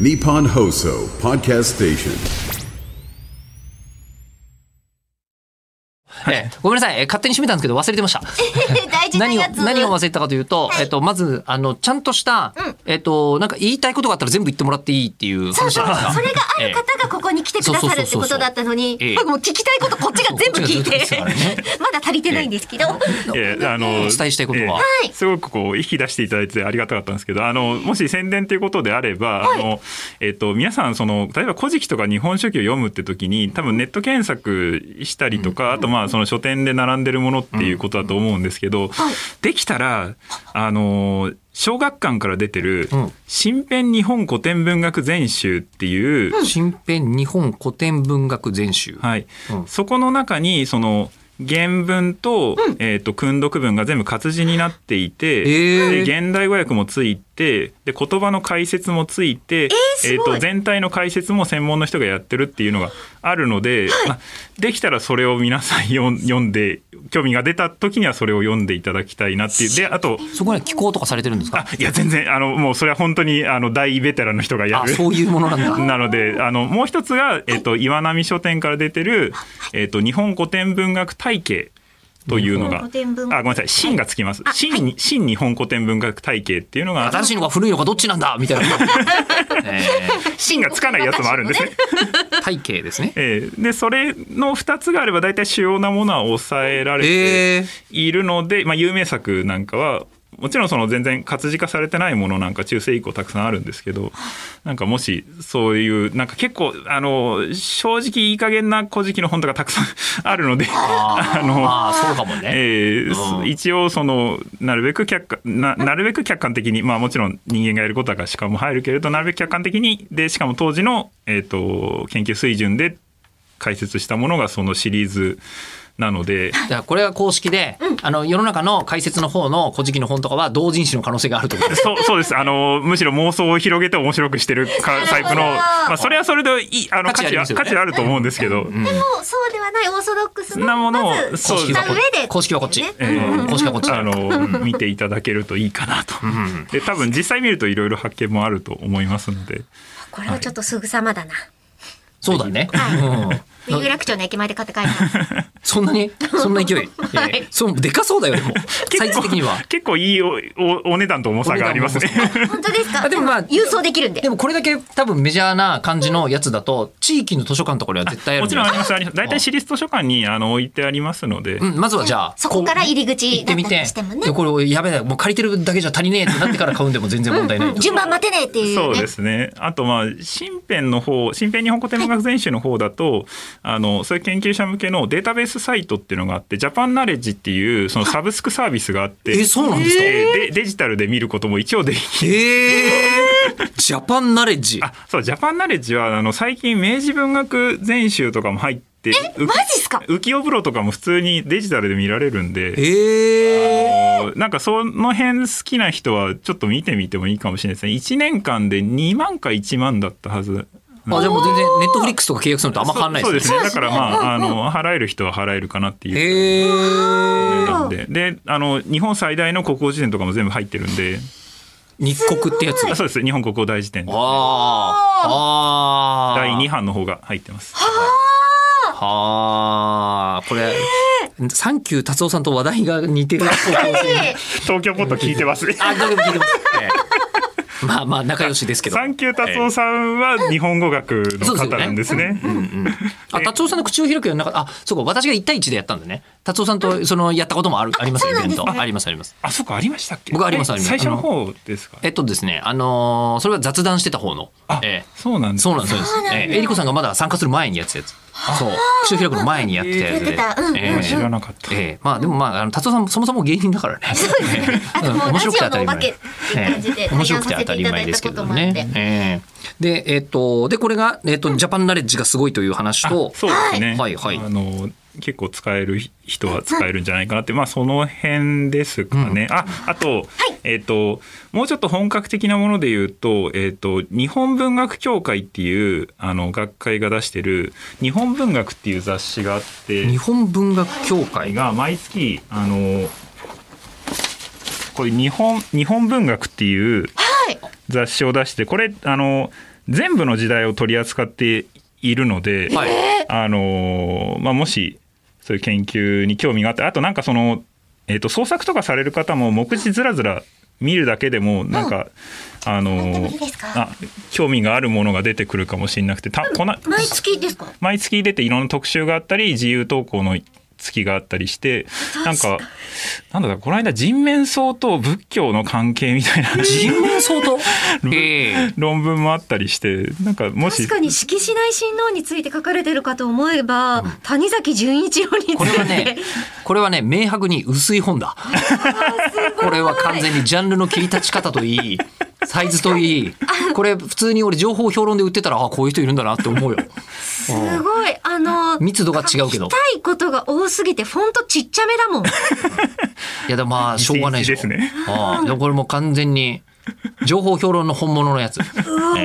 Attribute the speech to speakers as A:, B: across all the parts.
A: Nippon Hoso Podcast Station.
B: えーごめんなさい、えー勝手に閉めたんですけど忘れてました。
C: 大事な
B: 何を
C: やつ
B: 何を忘れたかというと、えっとまずあのちゃんとした、えっとなんか言いたいことがあったら全部言ってもらっていいっていう
C: そう
B: 話じ
C: そ
B: ゃ
C: う
B: ないですか。
C: それがあ
B: え
C: る
B: え
C: 方がここに来てくださるってことだったのに、
B: ええ
C: 僕もう聞きたいことこっちが全部聞い
B: こっちが全部聞いて
C: て
B: ますからね、
C: まだ足りてないんですけど、
D: ええあの
B: お 伝えしたいことははい
D: すごくこう引き出していただいてありがたかったんですけどあのもし宣伝ということであれば、あのえっと皆さんその例えば「古事記」とか「日本書紀」を読むって時に多分ネット検索したりとか、あとまあその書店で並んでるものっていうことだと思うんですけど、できたらあの小学館から出てる
B: うん
D: 「新編日本古典文学全集」っていう、
B: 新編日本古典文学全集。
D: はい
B: うん
D: そこの中にその原文と,、えー、と訓読文が全部活字になっていて、
B: えー
D: で現代語訳もついてで言葉の解説もついて、え
C: すごい
D: と全体の解説も専門の人がやってるっていうのがあるので、まあできたらそれを皆さん読ん読んで興味が出た時にはそれを読んでいただきたいなっていうであと
B: そこに寄稿とかされてるんですか
D: あ。いや全然あのもうそれは本当にあの大ベテランの人がや
B: あ
D: る
B: そういうものなんだ。
D: なのであのもう一つが、えっと岩波書店から出てる、えっと日本古典文学体系というの
C: 日
D: が
C: 本古
D: あ
C: 典文
D: ご
C: 学
D: めんなさい新がつきます
C: あ
D: 新,、新日本古典文学体系っていうのが
B: 新しいのか古いのかどっちなんだみたいな。 え
D: 新がつかないやつもあるんですね。
B: ー体系ですね。
D: えーでそれの2つがあれば大体主要なものは抑えられ
B: え
D: て
B: ー
D: いるので、まあ、有名作なんかはもちろんその全然活字化されてないものなんか中世以降たくさんあるんですけどなんかもしそういうなんか結構あの正直いい加減な古事記の本とかたくさんあるのであの。
B: ああそうかもね。
D: えー
B: うん
D: 一応そのなるべく客観ななるべく客観的にまあもちろん人間がやることだからしかも入るけれどなるべく客観的にでしかも当時の、えー、と研究水準で解説したものがそのシリーズな ので。
B: だからこれが公式で、あの世の中の解説の方の古事記の本とかは同人誌の可能性があるということです。
D: そうそうですあのむしろ妄想を広げて面白くしてるかタイプの、まあ、それはそれでいいあの
B: 価
D: 価
B: 値あ
D: 値
B: りま
D: は
B: すよね
D: 価値あると思うんですけど、
C: でもそうではないオーソドックス
D: な
C: の
D: ものを
C: まず
D: そう
B: 公式
C: 知っ
B: は
C: た
B: こ
C: 上
B: っち
C: で
B: 公式はこっち。
C: ね
D: えー
B: うん公式はこっち。
D: あの見ていただけるといいかなと、で多分実際見るといろいろ発見もあると思いますので。
C: これはちょっとすぐさまだな
B: そうだね。うん
C: 有楽町の駅前で買って帰っ た
B: そんなにそんな勢い。えーそうでかそうだよでも サイズ的には。
D: 結構いいおおお値段と重さがありますね
B: お値段。
C: 本当ですか
B: あでもまあ
C: 郵送できるんで
B: でもこれだけ多分メジャーな感じのやつだと地域の図書館とかでは絶対ある
D: もちろんあ
B: ん
D: り
B: で
D: ますあります。大体私立図書館にあの置いてありますので。
B: うんまずはじゃあ
C: そこから入り口
B: 行ってみ
C: だった
B: て
C: りしてもね
B: いやこれやべえもう借りてるだけじゃ足りねえってなってから買うんでも全然問題ない と
C: 順番待てねえっていうね
D: そうですね。あとまあ新編の方、新編日本古典文学全集の方だと、あのそういう研究者向けのデータベースサイトっていうのがあって、ジャパンナレッジっていうそのサブスクサービスがあって、
B: えそうなんですか
D: えーでデジタルで見る ことも一応でき。
B: えージャパンナレッジ
D: あ、そうジャパンナレッジはあの最近明治文学全集とかも入って、え
C: マジっすか
D: 浮世風呂とかも普通にデジタルで見られるんで。
B: えー
D: なんかその辺好きな人はちょっと見てみてもいいかもしれないですね。1年間で2万か1万だったはず。
B: あじゃあもう全然ネットフリックスとか契約するのとあんま変わんない
D: そう
B: で
D: ですす
B: ね
D: ね。だからまあ、あの、払える人は払えるかなっていう。
B: へえ
D: なんでであの日本最大の国語辞典とかも全部入ってるんで、
B: 日国ってやつ
D: あそうです日本国語大辞典
B: あああ
D: 第2版の方が入ってます
B: はあこれサンキュー達夫さんと話題が似てる
D: 東京ポッド聞いてます
B: あ、どれ も聞いてます。ええまあまあ仲良しですけど。
D: 三級達夫さんは日本語学の方なんですね
B: あ、達夫さんの口を開くようになかった。あ、そうか、私が一対一でやったんでね。達夫さんとそのやったこともあるありますイベント。ありますあります。
D: あそうかありましたっけ
B: 僕ありますあります
D: 最初の方ですか
B: えっとですね、あのーそれは雑談してた方の。
D: あ
B: ええ
D: そうなんです
B: そうなんですよ。えええりこさんがまだ参加する前にやってたやつ。そう、口を開くの前にやってたやつで。
C: やってたうんうんうん
B: ええ
D: 知らなかった
B: ええまあでもまああの達夫さんもそもそも芸人だから ね。
C: あと もうラジオのお化けっていう感じで
B: ええ面白くて当たり前ですけどね。ええで、えっと、で、これが、えっと、ジャパンナレッジがすごいという話と。
D: そうですね。
B: はいはいはい
D: あの結構使える人は使えるんじゃないかなって、まあその辺ですかね。あ、あと、えっ、ともうちょっと本格的なもので言うと、えっ、と日本文学協会っていうあの学会が出してる日本文学っていう雑誌があって、
B: 日本文学協会が
D: が毎月あのこういう日本日本文学っていう雑誌を出してこれあの全部の時代を取り扱っているので、
B: はい
D: あのまあ、もしそういう研究に興味があってあとなんかその、えー、と創作とかされる方も目次ずらずら見るだけでもなんか、あ
C: やっても
D: の
C: いいですか
D: あ興味があるものが出てくるかもしれなくてたこな
C: 毎月ですか
D: 毎月出ていろんな特集があったり自由投稿の月があったりしてなんかなんだろうこの間人面相と仏教の関係みたいな
B: 人面相 当ええ
D: 論文もあったりしてなんかもし
E: 確かに式しない親王について書かれてるかと思えば、谷崎潤一郎について
B: これは ねこれはね明白に薄い本だこれは完全にジャンルの切り立ち方といいサイズといいこれ普通に俺情報評論で売ってたらあこういう人いるんだなって思うよ
E: すごいあの
B: 密度が違うけど
E: 書きたいことが多すぎてフォントちっちゃめだも ん
B: いやでもまあしょうがないでしょ
D: 一日ですね
B: ああでもこれもう完全に情報評論の本物のやつえ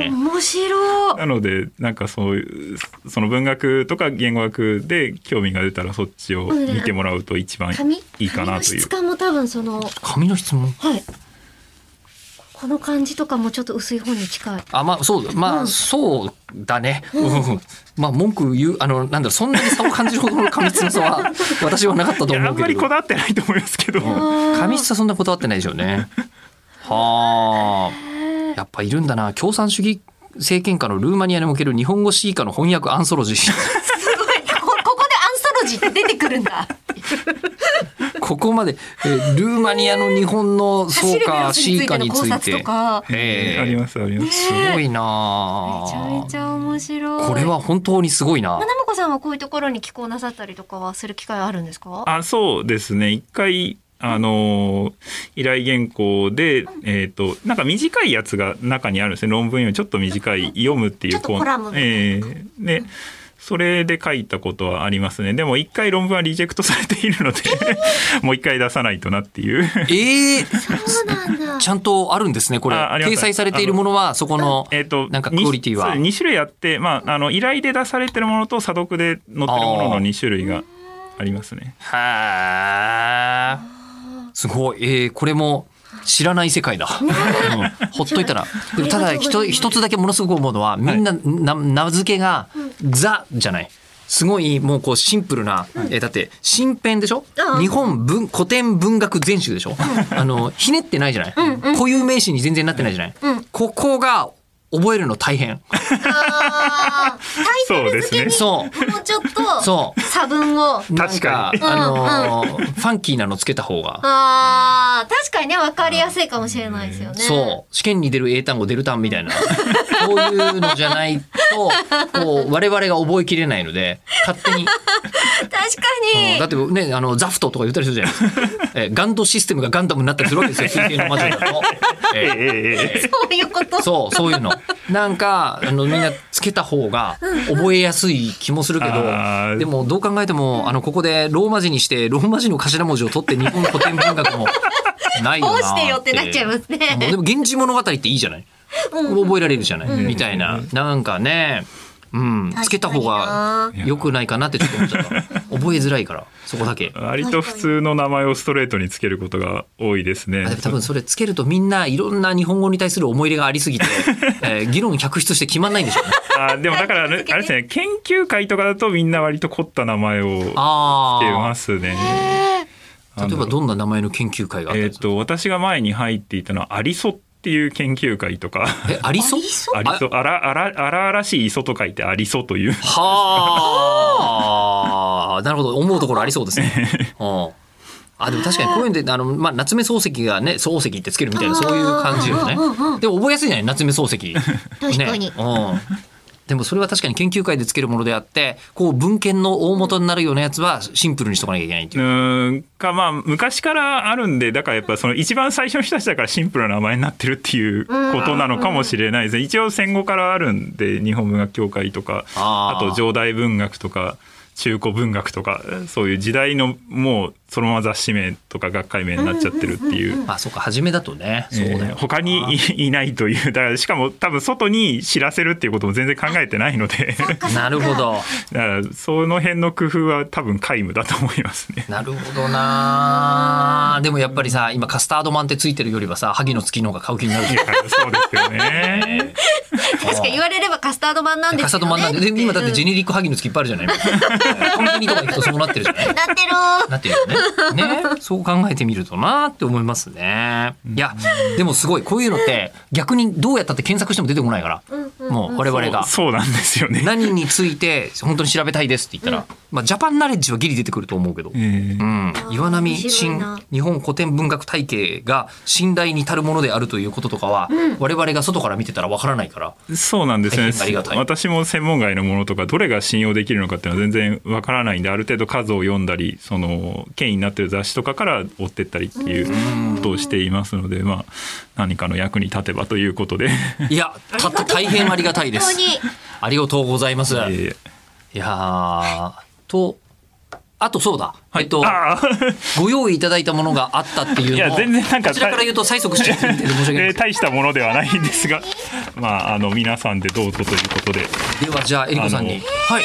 B: え
E: 面白い
D: なのでなんかそういうその文学とか言語学で興味が出たらそっちを見てもらうと一番
E: 紙
D: いいか
E: 紙の
D: なという
E: 質。感も多分その
B: 紙の質問
E: はいこの感じとかもちょっと薄い方に近い
B: あまあそうまあそうだね、うん、まあ文句言うあのなんだろうそんなに差を感じるほどの紙質の差は私はなかった
D: い
B: と
D: や
B: 思
D: あ
B: うんけ
D: まり
B: ど
D: こだわってないと思いますけど。
B: 紙質はそんなこだわってないでしょうね。はあ。やっぱいるんだな。共産主義政権下のルーマニアにおける日本語詩以下の翻訳アンソロ ジー。
E: こここでアンソロジーって出てくるんだ
B: ここまで、えールーマニアの日本のそうか詩以下につい
E: シルビ
B: て
E: ウスについての考察と。か
D: あり
B: ええ
D: ますあります。
B: すごい
E: めちゃ
B: な
E: めちゃ面白い
B: これは本当にすごいな
E: まあ。なもこさんはこういうところに寄稿なさったりとかはする機会あるんですか
D: あそうですね一回あのー依頼原稿で、えっ、と、なんか短いやつが中にあるんですね。論文よりちょっと短い読むってい
E: ち
D: う
E: ょっとコラムみたいな
D: ええで、それで書いたことはありますね。でも一回論文はリジェクトされているので、 もう一回出さないとなっていう。
B: ええ
E: そうなんだ
B: ちゃんとあるんですね、これ。
D: あありがとう
B: 掲載されているものは、そこの
D: えっ、、と、
B: なんかクオリティは。
D: 2種類あって、まあ、あの、依頼で出されてるものと査読で載ってるものの2種類がありますね。
B: はあ。すごい。えーこれも知らない世 界だ。うんほっといたら。でもただ一一つだけものすごく思うのは、みんな、な名付けがザじゃない。すごいもうこうシンプルな、えーだって新編でしょ
E: うん
B: 日本文古典文学全集でしょあのひねってないじゃない固有名詞に全然なってないじゃないここが覚えるの大変
E: あータイトル付けに
B: そうですね
E: もうちょっと
B: そう
E: 差分を
D: 確かに
B: なんあのーファンキーなのつけた方が
E: あー確かにね分かりやすいかもしれないですよね。
B: そう試験に出る英単語デルタンみたいなそういうのじゃないとこう我々が覚えきれないので勝手に、
E: 確か
B: うん
E: に
B: だってねあのザフトとか言ったりするじゃないですか、えガンドシステムがガンダムになったりするわけですよ水平の魔女だと、え
D: え
B: え
D: えええええ
E: そういうこと
B: そうそういうのなんかあのみんなつけた方が覚えやすい気もするけど
D: あー
B: でもどう考えてもあのここでローマ字にしてローマ字の頭文字を取って日本古典文学もないよ
E: ど
B: な
E: うしてよってなっちゃいますね。
B: もうでも「源氏物語」っていいじゃない覚えられるじゃないみたいななんかねうん
E: かにな
B: つけた方が良くないかなってちょっと思っちゃった覚えづらいからそこだけ。
D: 割と普通の名前をストレートにつけることが多いですね
B: あで。も多分それつけるとみんないろんな日本語に対する思い入れがありす ぎて、えー議論百出して決まんないんでしょうね。
D: あでもだからあれあれですね研究会とかだとみんな割と凝った名前をつけ
B: あ
D: ま
B: あ
D: すね。
B: 例えばどんな名前の研究会があった
D: え
B: ん
D: っ、
B: ですか
D: と私が前に入っていたのはアリソっていう研究会とか。
B: えありそう
D: アリソあらあら荒々しい磯と書いてアリソという
B: はあ、なるほど、思うところありそう ですね。うんあでも確かにこういうんであの、まあ、夏目漱石がね漱石ってつけるみたいなそういう感じよねでも覚えやすいじゃない夏目漱 石
C: 確かに
B: ねうん、でもそれは確かに研究会でつけるものであってこう文献の大元になるようなやつはシンプルにしとかなきゃいけないっていう
D: うーんかまあ昔からあるんでだからやっぱその一番最初の人たちだからシンプルな名前になってるっていうことなのかもしれないですね一応戦後からあるんで日本文学協会とか
B: あ
D: あ
B: ー
D: と上代文学とか中古文学とかそういう時代のもうそのまま雑誌名とか学会名になっちゃってるっていう。
B: まあそうか初めだとねそうだよ、
D: えー他にいいないというだからしかも多分外に知らせるっていうことも全然考えてないの で
B: なるほど
D: だからその辺の工夫は多分皆無だと思いますね。
B: なるほどなでもやっぱりさ今カスタードマンってついてるよりはさ萩の月の方が買う気になる
D: いやそうですよね。
E: 確かに言われればカスタード版なんで
B: カスタ
E: すよね。
B: ードマンなんで、で今だってジェネリックハギの月いっぱいあるじゃない。 コンビニとか行くとそうなってるじゃない。
C: なってるー
B: なってる よね。ね、そう考えてみるとなって思いますね。いや、でもすごい、こういうのって、逆にどうやったって検索しても出てこないから。もう我々が。
D: そうそうなんですよね。
B: 何について本当に調べたいですって言ったら、まあジャパンナレッジはギリ出てくると思うけど、
D: えー
B: うん、岩波
C: 面白い
B: 新
C: な
B: 日本古典文学体系が信頼に足るものであるということとかは、我々が外から見てたらわからないから、
D: そうなんです
B: 大
D: ね
B: 変ありがたい
D: 私も専門外のものとかどれが信用できるのかっていうのは全然わからないんである程度数を読んだりその権威になってる雑誌とかから追ってったりっていうことをしていますので、まあ、何かの役に立てばというこ とで
B: いや、た大変ありがたいで
C: 本
B: す
C: 当。に
B: ありがとうございます。
D: え
B: い
D: ー
B: やーと、あとそうだ、えっと、
D: あー
B: ご用意いただいたものがあったっていうのを
D: いや全然なんか
B: こちらから言うと催促してるんで申し訳ない
D: え
B: で。
D: ー大したものではないんですが、 まあ、あの皆さんでどうぞということです
B: では じゃあえりこさんに、はい。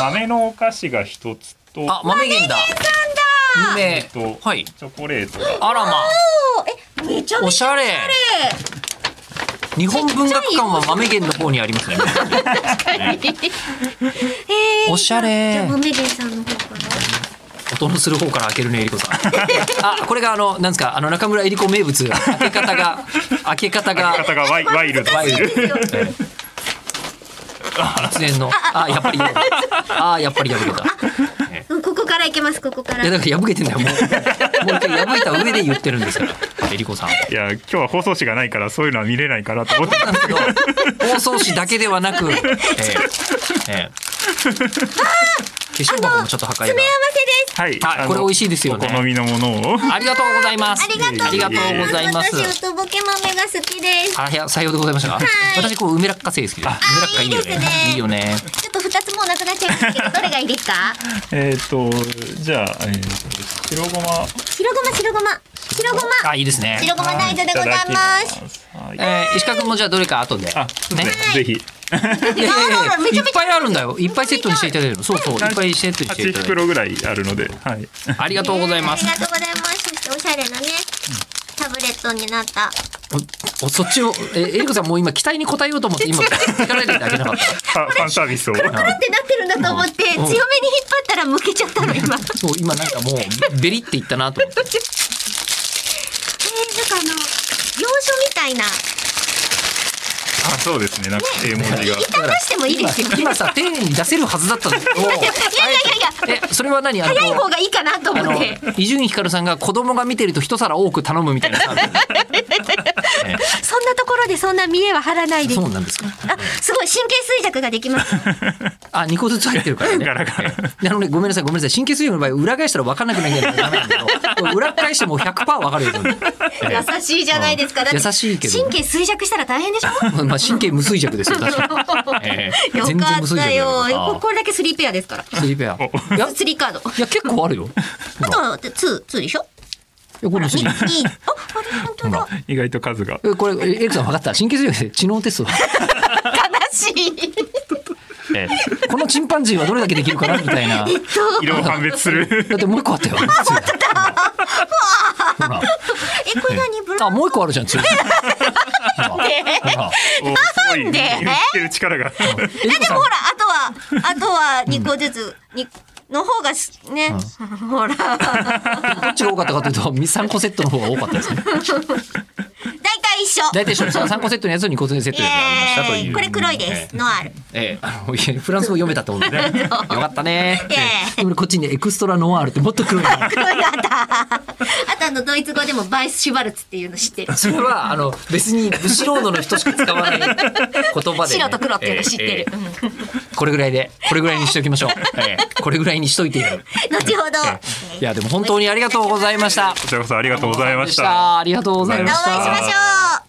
D: 豆のお菓子が一つと
B: あ、豆源だ。
D: え
B: 豆
D: っと
B: 源はい
D: チ。ョコレートが
B: あらま、
E: めちゃ
B: お
E: めち
B: しゃれ。日本文学館は豆源の方にありますね。
E: ゃいい。
B: おしゃれ
E: じゃあ、豆源さんの方 から。
B: 音のする方から開けるねえりこさん。あ、これがあのなんですかあの中村えりこ名物開け方が開け方が
D: 方がワイワイルド
B: ワイルド。一連のあやっぱり破れたあやっぱり破れた。
E: うんここからいけます、ここから
B: いや。だから破けてんだよもうもう一回破いた上で言ってるんですからえりこさん。
D: いや今日は放送紙がないからそういうのは見れないかなと思って
B: なんですけど放送紙だけではなく、ええええ化粧箱もちょっと破壊が。
D: はい、
B: はい
D: あの
B: これ美味しいですよね
D: お好みのも のを。
B: ありがとうございます。
D: ありがとうご
B: あ
D: ざいます
B: りがとうございます。
C: 私、おとぼけ豆が好きです。
B: あ、いや、採用でございましたか。私、こう梅落花生好きです。梅落花いいよね。いいよね。
C: ちょっと二つもうなくなっちゃいますけど、どれがいいです か
D: えっ、と、じゃあ、えー、白ごま。
C: 白ごま、白ごま。白ごま。
B: あ、いいですね。
C: 白ごま大豆でござい
D: ただき
C: ます。
D: す。はい
B: えー石川君もじゃあどれか後で。ね。
D: あ、そうですね。ぜひ。
B: いやいやいや
C: あらら め
B: い
C: ち
B: っ
C: ゃめちゃ
B: ぱいあるんだよ。いっぱいセットにしていただけるの。そうそう。いっぱいセットにしていた
D: 八
B: だいて。
D: 袋ぐらいあるので、はい。
B: ありがとうございます
C: あ。りがとうございます。そしておしゃれなね、タブレットになった。
B: お、そっちを、え、えりこさんもう今期待に応えようと思って今力入れてあげなかった。
D: ファファンサービ スを。
C: だってなってるんだと思って、強めに引っ張ったらむけちゃったの、今。えー、なんか
B: そう、今なんかもうベリっていったなと 思って。
C: あの、洋書みたいな。
D: あ、そうですね。なんか、英文 字が。
C: 痛ましてもいいですよ。いやい
B: 今さ、丁寧に出せるはず だったのを。
C: やいやいや、
B: え、それは何あの
C: 早い方がいいかなと
B: あ
C: 思っ
B: の
C: て。
B: 伊集院光さんが子供が見てると一皿多く頼むみたいなさえ
E: そんなところでそんな見栄は張らない
B: え
E: で。
B: そうなんですか
E: あ、すごい、神経衰弱ができ ます。
B: あ二個ずつ入ってるからね
D: ガラガラ
B: ええあのねごめんなさいごめんなさい神経衰弱の場合裏返したら分かんなくなるんじゃないかなけど裏返しても100%分かるように
E: 優しいじゃないですか。だって
B: 優しいけど
E: 神経衰弱したら 大変でしょ
B: まあ神経無衰弱ですよ確 かに、ええ
E: よかったよ。
B: だ
E: こ
B: か
E: これだけスリーペアですから。
B: らスリーペアいや
E: スリーカード。
B: いや結構あるよほらい
E: あと、ツー、ツーでしょ
B: やこ れもスリー
E: いい。あ、あれ、本当だ。
D: 意外と数が。
B: えこれえエリクさん分かった神経衰弱で知能テストだ
E: 悲しい。
B: ええこのチンパンジーはどれだけできるかなみたいな
D: 色を判別する。
B: だってもう一個あったよ。ほら
E: え、これ何ブラ
B: あ、もう一個あるじゃん、強い。ほ らほら
D: おすごい。
E: なんで
D: 言ってる力 が。
B: えりこさん
E: ほら、あとは、あとは2個ずつ、にの方がすね、ほ ら、だいたい
B: どっちが多かったかというと、3個セットの方が多かったですね。
E: 一緒。
B: 大体一緒です。3個セットのやつを2個セットでやりましたと
E: イ
B: い
E: エーイ
B: う。
E: これ黒いです、
B: え
E: ノアール。
B: えええあのいやフランス語読めたって ことでね。よかったね。
E: イエ
B: でもこっちにエクストラノワールってもっと黒いな。
E: 黒いのあった。あとあの、ドイツ語でもバイス・シュバルツっていうの知ってる。
B: それはあの別に素人の人しか使わない言葉で、ね、
E: 白と黒っていうの知ってる
B: ええええこれぐらいでこれぐらいにしておきましょう、ええこれぐらいにしといている
E: 後ほど。
B: いやでも本当にありがとうございました
D: こちらこそありがとうございました。
B: ありがとうございました
E: お会いしましょう